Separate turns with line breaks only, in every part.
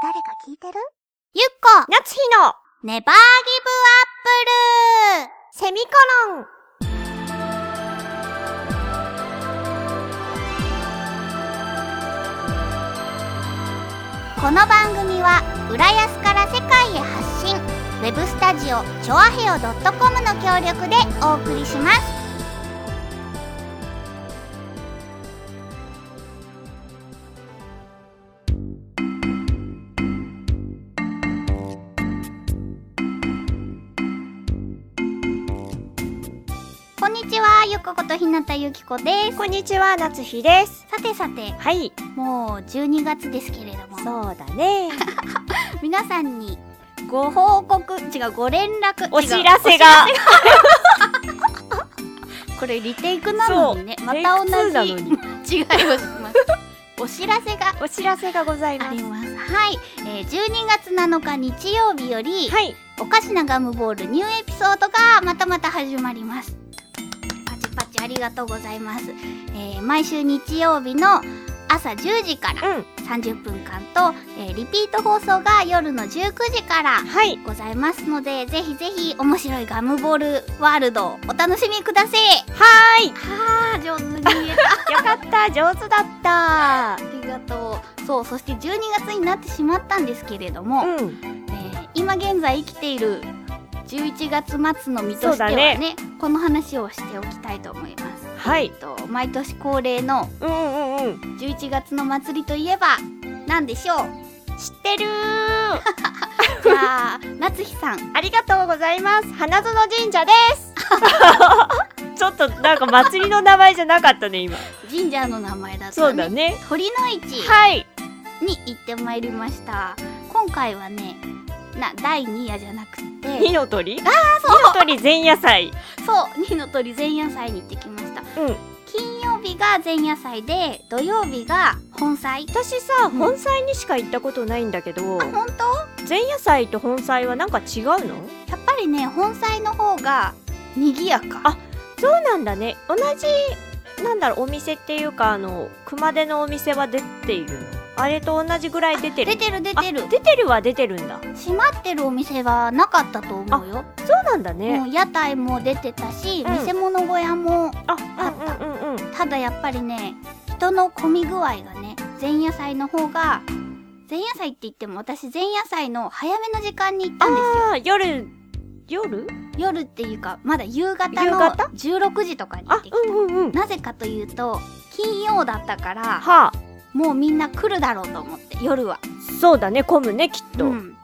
誰か聞いてる
ゆっこ
夏日の
ネバーギブアップル
セミコロン
この番組は浦安から世界へ発信ウェブスタジオチョアヘオ .com の協力でお送りしますこんにちはゆっこことひなたゆきこです
こんにちは夏日です
さてさて
はい
もう12月ですけれども
そうだ ね
皆さんにご報告違うご連絡
お知
違う
らせが
これリテイクなのにねまた同
テイクツーな
じ
のに
違いをします お知らせが
お知らせがござい
あ
ま
り
す
ますはい、えー、12月7日日曜日より、
はい
おかしなガムボールニューエピソードがまたまた始まりますパチパチありがとうございます、えー毎週日曜日の朝10時から
うん
30分間と、えーリピート放送が夜の19時から
はい
ございますのでぜひぜひ面白いガムボールワールドをお楽しみください
はーい
はあ上手に言えた
よかった上手だった
ありがとうそうそして12月になってしまったんですけれども、
うん
えー今現在生きている11月末の身と
そう
しては
だ
ね
ね
この話をしておきたいと思います、
はい
えっと、毎年恒例の
うんうんうんうん知
11月の祭りといえば何でし ょう
ってるー
じゃあ夏日さん
ありがとうござい ます花園神社ですちょっとなんか祭りの名前じゃなかったね今
神社の名前だったね
そうだね
鳥の市
はい
に行ってまいりました今回はねな第2夜じゃなく
二
て
の鳥あそう二の鳥前夜祭
そう二の鳥前夜祭に行ってきました
うん
金曜日が前夜祭で土曜日が本祭
私
う
さ
ん
本祭にしか行ったことないんだけど、
あ本当
前夜祭と本祭はなんか違うの
やっぱりね本祭の方が賑やか
あそうなんだね同じなんだろうお店っていうかあの熊手のお店は出ているのあれと同じぐらい出てる
出てる出てる
あ出てるは出てるんだ
閉まってるお店はなかったと思うよ、
そうなんだね、
もう屋台も出てたし、
うん
見せ物小屋も
あうんうんうんうん
ただやっぱりね人の混み具合がね前夜祭の方が前夜祭って言っても私前夜祭の早めの時間に行ったんですよ
あー夜夜
夜っていうかまだ夕方
夕
の
方
16時とかに行っ
あ
てきた、
うんうんうん
なぜかというと金曜だったから
はあ
もうみんな来るだろうと思って夜は
そうだね混むねきっと、
うん、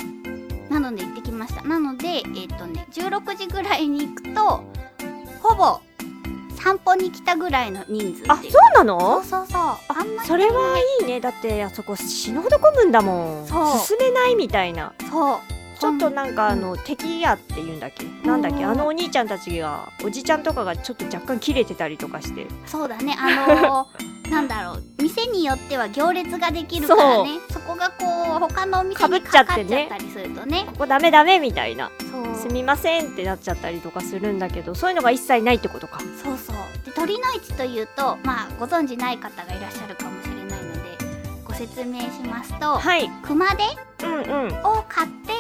なので行ってきましたなのでえっ、とね16時ぐらいに行くとほぼ散歩に来たぐらいの人数
あ
って
そ
いううそう
なの
そうそうあんまり
それはいいねだってあそこ死ぬほど混むんだもん
そう
進めないみたいな
そう
ちょっとなんかあの、敵やって言うんだっけなんだっけあのお兄ちゃんたちがおじちゃんとかがちょっと若干切れてたりとかして
そうだねあの ーなんだろう店によっては行列ができるからねそこがこう他のお店にかかっちゃったりするとね
ここダメダメみたいな
そう
すみませんってなっちゃったりとかするんだけどそういうのが一切ないってことか
そうそうで鳥の市というとまあご存知ない方がいらっしゃるかもしれないのでご説明しますと
はい
熊手
うんうん
を買って、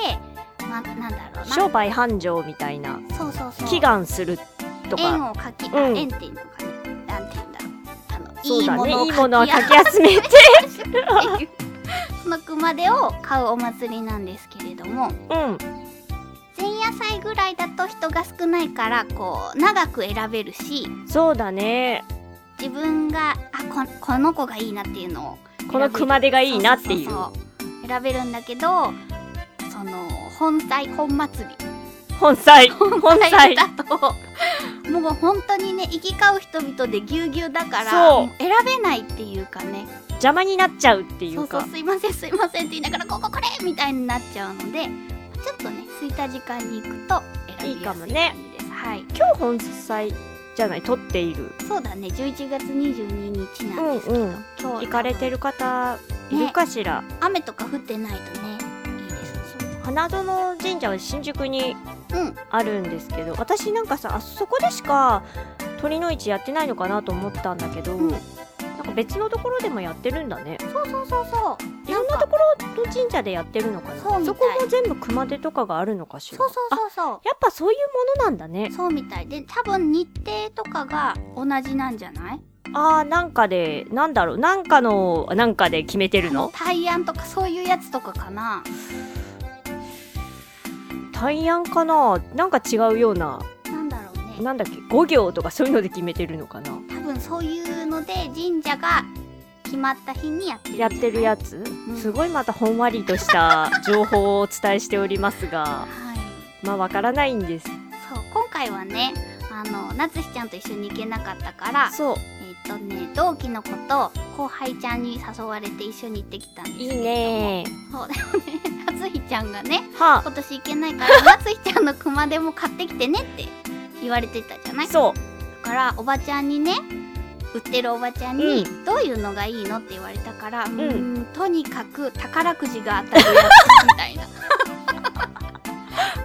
ま、なんだろうな
商売繁盛みたいな
そうそうそう
祈願するとか
円をかき、あ
うん
円っていうのかねなんていうんだろうあの
そうだね
い
い
い
い
もの
もの
を
は
か
か
き
き集めて
集めて その熊手を買うお祭りなんですけれども
うん
前夜祭ぐらいだと人が少ないからこう長く選べるし
そうだね
自分があここの子がいいなっていうのを
この熊手がいいなっていう
そそそ選べるんだけどその本体本祭り
本祭本祭
だともう本当にね行き交う人々でぎゅうぎゅうだから
そう
も選べないっていうかね
邪魔になっちゃうってい
そう
う
そう
か
すいませんすいませんって言いながらこここれみたいになっちゃうのでちょっとね空いた時間に行くと選びやすい
いいかもね
感じですはい
今日本祭じゃない撮っている
そうだね11月22日なんですけど、
うんうん
今日
行かれてる方いるかしら、
雨とか降ってないとねいいです
花園神社は新宿に
うん
あるんですけど私なんかさあそこでしか鳥の市やってないのかなと思ったんだけど、
うん
なんか別のところでもやってるんだね
そうそうそうそう
いろんなところと神社でやってるのかな
そうみたい
こも全部熊手とかがあるのかしら
そうそう
あ
そうそう
やっぱそういうものなんだね
そうみたいで多分日程とかが同じなんじゃない
あーなんかでなんだろうなんかのなんかで決めてるの
対案とかそういうやつとかかな
対案かななんか違うような
なんだろうね
なんだっけ5行とかそういうので決めてるのかな
多分そういうので神社が決まった日にやってる
やってるやつ、
ん
すごいまたほんわりと した情報をお伝えしておりますが
はい
まあわからないんです
そう今回はねあのなつしちゃんと一緒に行けなかったから
そう
えっ、とね同期の子と後輩ちゃんに誘われて一緒に行ってきたんです
いいね
そうでもねなつひちゃんがね
は
今年行けないからなつひちゃんの熊手も買ってきてねって言われてたじゃな
あ
い
そ
だからおばちゃんにね売ってるおばちゃんに、
う
どういうのがいいのって言われたから、うーん、とにかく宝くじが当たる やつみたいな
う、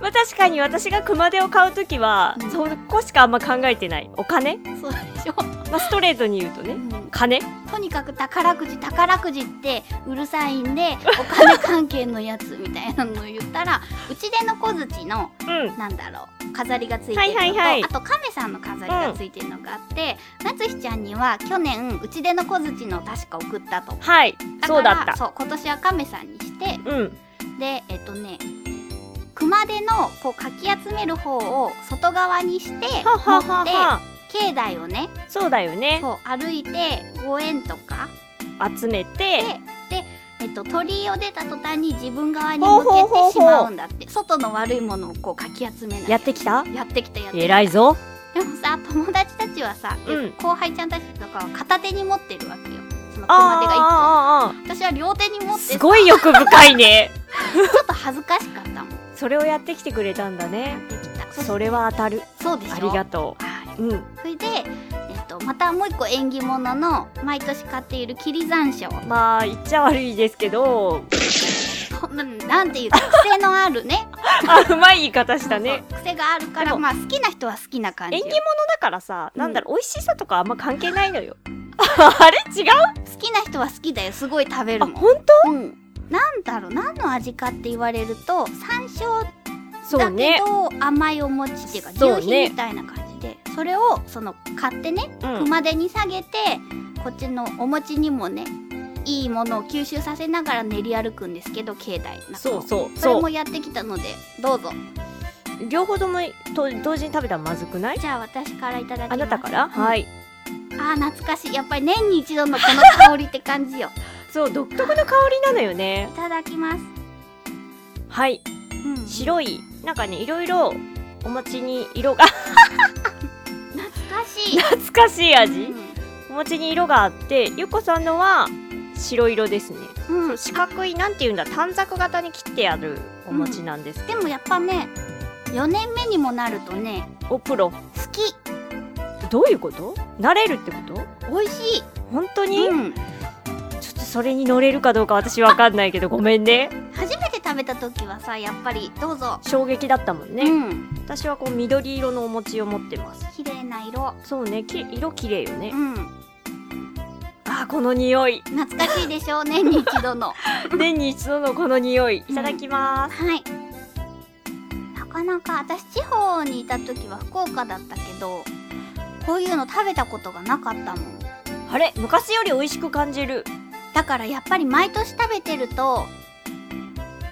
まあ、確かに私が熊手を買う時は、
うん
そこしかあんま考えてないお金、
そうでしょ、
まあ、ストレートに言うと
う
ね
ん
金
とにかく宝くじ宝くじってうるさいんでお金関係のやつみたいなのを言ったら うちでの小槌の
うん
なんだろう飾りがついてるのと、
はいはいはい
あと亀さんの飾りがついてるのがあって、なつひちゃんには去年うちでの小槌のを確か送ったと
はいそうだった
そう今年は亀さんにして
うん
でえっとね熊手のこうかき集める方を外側にして
は
持
は
っ
は
て
は
境内をね
そうだよね
そう歩いて5円とか
集めて
でで、えっと、鳥居を出た途端に自分側に向けてしまうんだって外の悪いものをこうかき集めない
やってきた
やってきたやつ
偉いぞ
でもさ友達たちはさ、
うん
後輩ちゃんたちとかは片手に持ってるわけよその熊手が
あーあーあ
一個私は両手に持っ
ー
て
す
さ
ごい欲深いね
ちょっと恥ずかしかったもんで
それをやってきてくれたんだね
きた
それは当たる
そうでしょ
ありがと
はいう
うん
それで、えっと、またもう一個縁起物の毎年買っている霧山椒
まあ言っちゃ悪いですけ ど
そんななんていうか癖のある ね
あうまい言い方したね
そうそう癖があるか
で
ら
も
まあ好きな人は好きな感じ
縁
よ
起物だからさ、
うん
なんだろう美味しさとかあんま関係ないのよあれ違う
好きな人は好きだよすごい食べ
あ
るもん
本
うんなんだろう何の味かって言われると山椒
当そう
だけ
ね
ど甘いお餅っていうか
そう
求肥
ね
みたいな感じで、それをその買ってね
うん
熊手に下げてこっちのお餅にもねいいものを吸収させながら練り歩くんですけど境内の中を
そうそう
それ
そ
もやってきたのでどうぞ
う両方ともと同時に食べたらまずくない
じゃあ私からいただきます
あなたから、はい
あー懐かしいやっぱり年に一度のこの香りって感じよ
そう独特の香りなのよね
いただきます、
はい
うん、懐
白いなんかねいろいろお餅に色が
かしい
懐かしい味、
う
お餅に色があってゆっこさんのは白色ですね
ん、うん
四角いなんていうんだ短冊型に切ってあるお餅なんです、
でもやっぱね4年目にもなるとね
おプロ
好き
どういうこと慣れるってこと
美味し
本当
い、
に、ちょ
うん、
っとそれに乗れるかどうか私わかんないけ どごめんね
初めて食べた時はさやっぱりどうぞ
衝撃だったもんね、
うん、
私はこう緑色のお餅を持ってます
綺麗な色
そうねき色綺麗よね、
うん
あーこの匂い
懐かしいでしょう 年に一度の
年に一度のこの匂いいただきます、
はいなかなか私地方にいた時は福岡だったけどこういうの食べたことがなかったもん
あれ昔より美味しく感じる
だからやっぱり毎年食べてると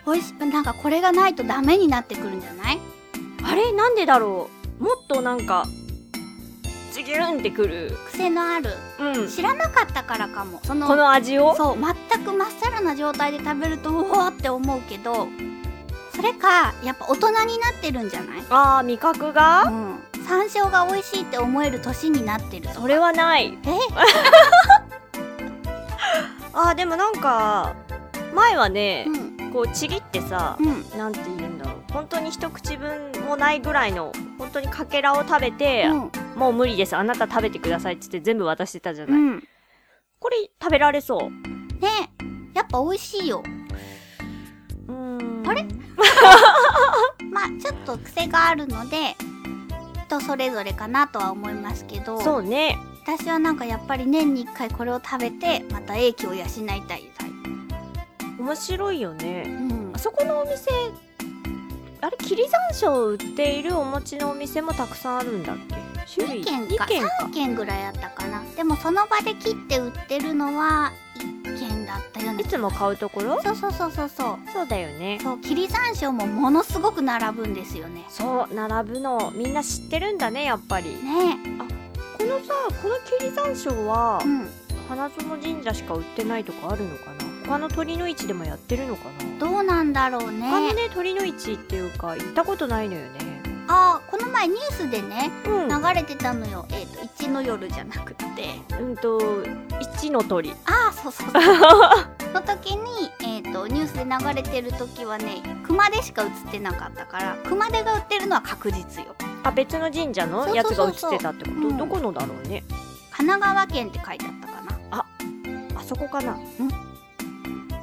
おいしなんかこれがないとダメになってくるんじゃない
あれなんでだろうもっとなんかジュギュンってくる
癖のある
うん
知らなかったからかもその
この味を
そう全くまっさらな状態で食べるとうおーって思うけどそれかやっぱ大人になってるんじゃない
あー味覚が
うん、山椒が美味しいって思える年になってると
それはない
え
あーでもなんか前はね
う、ん
こうちぎってさ
う、ん
なんて言うんだろう本当に一口分もないぐらいの本当にかけらを食べて、
うん
もう無理ですあなた食べてくださいっつって全部渡してたじゃ
う
ない、
んね
これ食べられそう
やっぱ美味しいよ
うーん
あれまあちょっと癖があるので人それぞれかなとは思いますけど
そうね
私はなんかやっぱり年に1回これを食べてまた英気を養いたいタイプ
面白いよね
うん
あそこのお店あれ霧山椒を売っているお餅のお店もたくさんあるんだっけ種類
2軒か
二軒か
3軒ぐらいあったかなでもその場で切って売ってるのは1軒だったよね
いつも買うところ
そうそうそうそうそう
そうだよね
そう霧山椒もものすごく並ぶんですよね
そう並ぶのみんな知ってるんだねやっぱり
ね
このさこの霧山椒は
えうん
花園神社しか売ってないとこあるのかな他の鳥の市でもやってるのかな
どうなんだろう
他の
ね
ね鳥の市っていうか行ったことないのよね
あこの前ニュースでね
うん
流れてたのよえっ、と一の夜じゃなくて
うんと一の鳥
ああそう そうそうその時に、えー、とニュースで流れてる時はね熊手しか映ってなかったから熊手が売ってるのは確実よ
あ別の神社のやつが映ってたっ
そうそう
てこと
そうそううん
どこのだろうね
神奈川県って書いてあったかな
あそこかな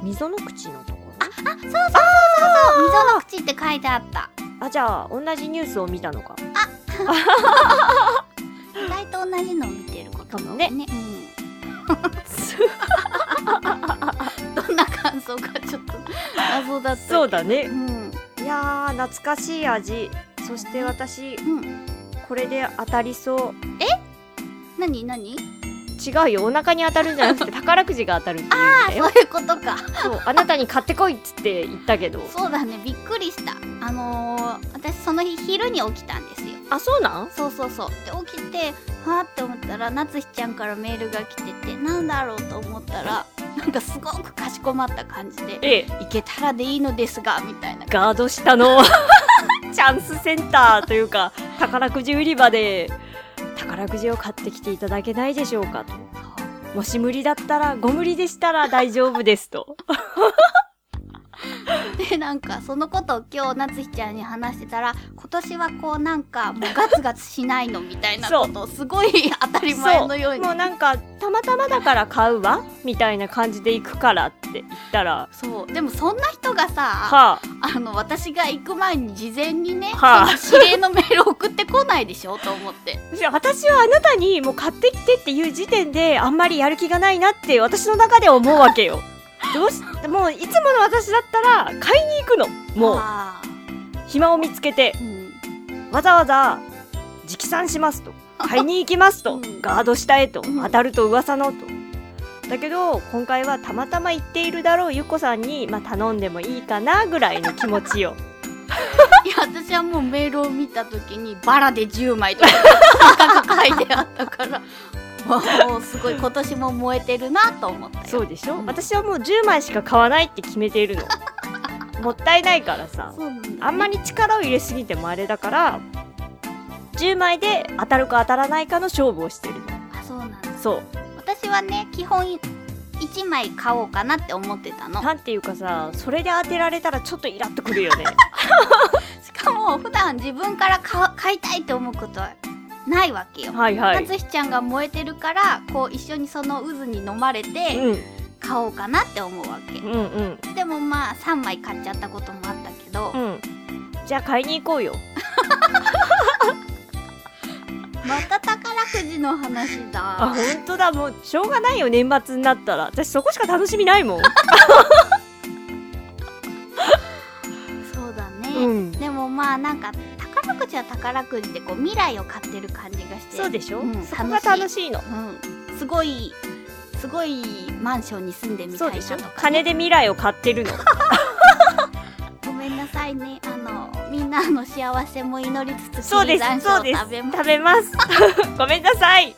溝の口のところ
そう溝の口って書いてあった
あじゃあ同じニュースを見たのか
意外と同じのを見てることが多いねうん、 どんな感想かちょっと謎だったけど
そうだ
う
ね
ん
いやー懐かしい味そして私
うん
これで当たりそう
何何
違うよお腹に当たるんじゃなく て宝くじが当たるっていうん
そ
だよ
ういうことか
そうあなたに買ってこいっつって言ったけど
そうだねびっくりしたあのー、私その日昼に起きたんですよ
あそうなん
そうそうそうで起きてはーって思ったらなつひちゃんからメールが来ててなんだろうと思ったらなんかすごくかしこまった感じで
ええ
「いけたらでいいのですが」みたいな
ガード 下のチャンスセンターというか宝くじ売り場で宝くじを買ってきていただけないでしょうかともし無理だったらご無理でしたら大丈夫ですと
でなんかそのことを今日なつひちゃんに話してたら今年はこうなんかもうガツガツしないのみたいな
そう
ことをすごい当たり前のように
もうなんかたまたまだから買うわみたいな感じで行くからって言ったら
そうでもそんな人がさ
はあ
あの私が行く前に事前にね、
はあ
その指令のメール送ってこないでしょと思って
いや私はあなたにもう買ってきてっていう時点であんまりやる気がないなって私の中で思うわけ よどうしもういつもの私だったら買いに行くのもう
あ
暇を見つけて
ーうん
わざわざ直参します と買いに行きますと、
うん
ガード下へと
うん
当たると噂のと。だけど今回はたまたま行っているだろうゆっこさんに、まあ、頼んでもいいかなぐらいの気持ちよ
いや私はもうメールを見た時にバラで10枚とかなんか書いてあったからもうすごい今年も燃えてるなと思ったよ
そうでしょ、
うん
私はもう10枚しか買わないって決めているの もったいないからさ
そうなんだ
あんまり力を入れすぎてもあれだから10枚で当たるか当たらないかの勝負をしてる
あそうなんだ
そう
私はね基本1枚買おうかなって思ってたの
なんていうかさそれで当てられたらちょっとイラっとくるよね
しかも普段自分から買買いたいって思うことはないわけよ、
はいは
はいつひちゃんが燃えてるからこう一緒にその渦に飲まれ
う
て
ん
買おうかなって思うわけ、
うんうん
でもまあ3枚買っちゃったこともあったけど、
うんじゃあ買いに行こうよ
また宝くじの話だ
あ本当だもうしょうがないよ年末になったら私そこしか楽しみないもん
そうだね、
うん
でもまあなんか宝くじは宝くじでこう未来を買ってる感じがして
そうでしょ、
うん
そこが楽
楽
しいの
うん、すごいすごいマンションに住んでみた
そ
いうな
でしょ
とか、
金
ね、
で未来を買って るの
ごめんなさいねあのみんなの幸せも祈りつつ
そうです
切り山椒
そうです
食べます
食べます ごめんなさい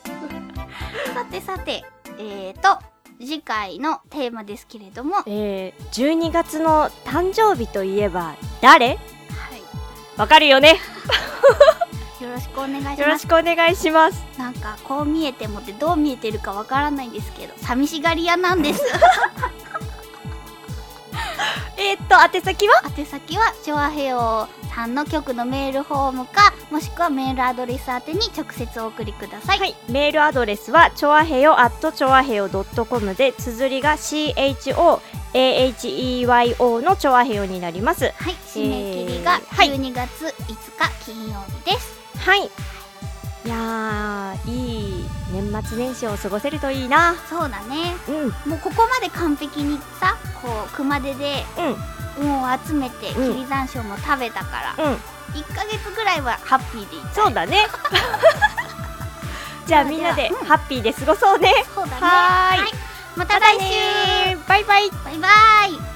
さてさてえー、と次回のテーマですけれども、は
えー、12月の誕生日といえば誰
い、
わかるよね
よろしくお願いし
よ
ま
ろ
す
しくお願いします
なんかこう見えてもってどう見えてるかわからないんですけど寂しがり屋なんです
えー、っと宛先は
宛先はチョアヘオさんの局のメールフォームかもしくはメールアドレス宛てに直接お送りください、
はい、メールアドレスはちょわへよ at ちょわへよ .com で綴りが CHOAHEYO のちょわへよになります
はい、締め切りが
えーはい
12月5日金曜日です、
はいいやーいい年末年始を過ごせるといいな
そうだね
うんうん
もうここまで完璧にさこう熊手で運を集めて
うん
霧山椒も食べたから、
うん
一1か月ぐらいはハッピーでいい
そうだね じゃあみんなでハッピーで過ごそうね
そうだね
はーい
また来週
バイバイ
バイバイ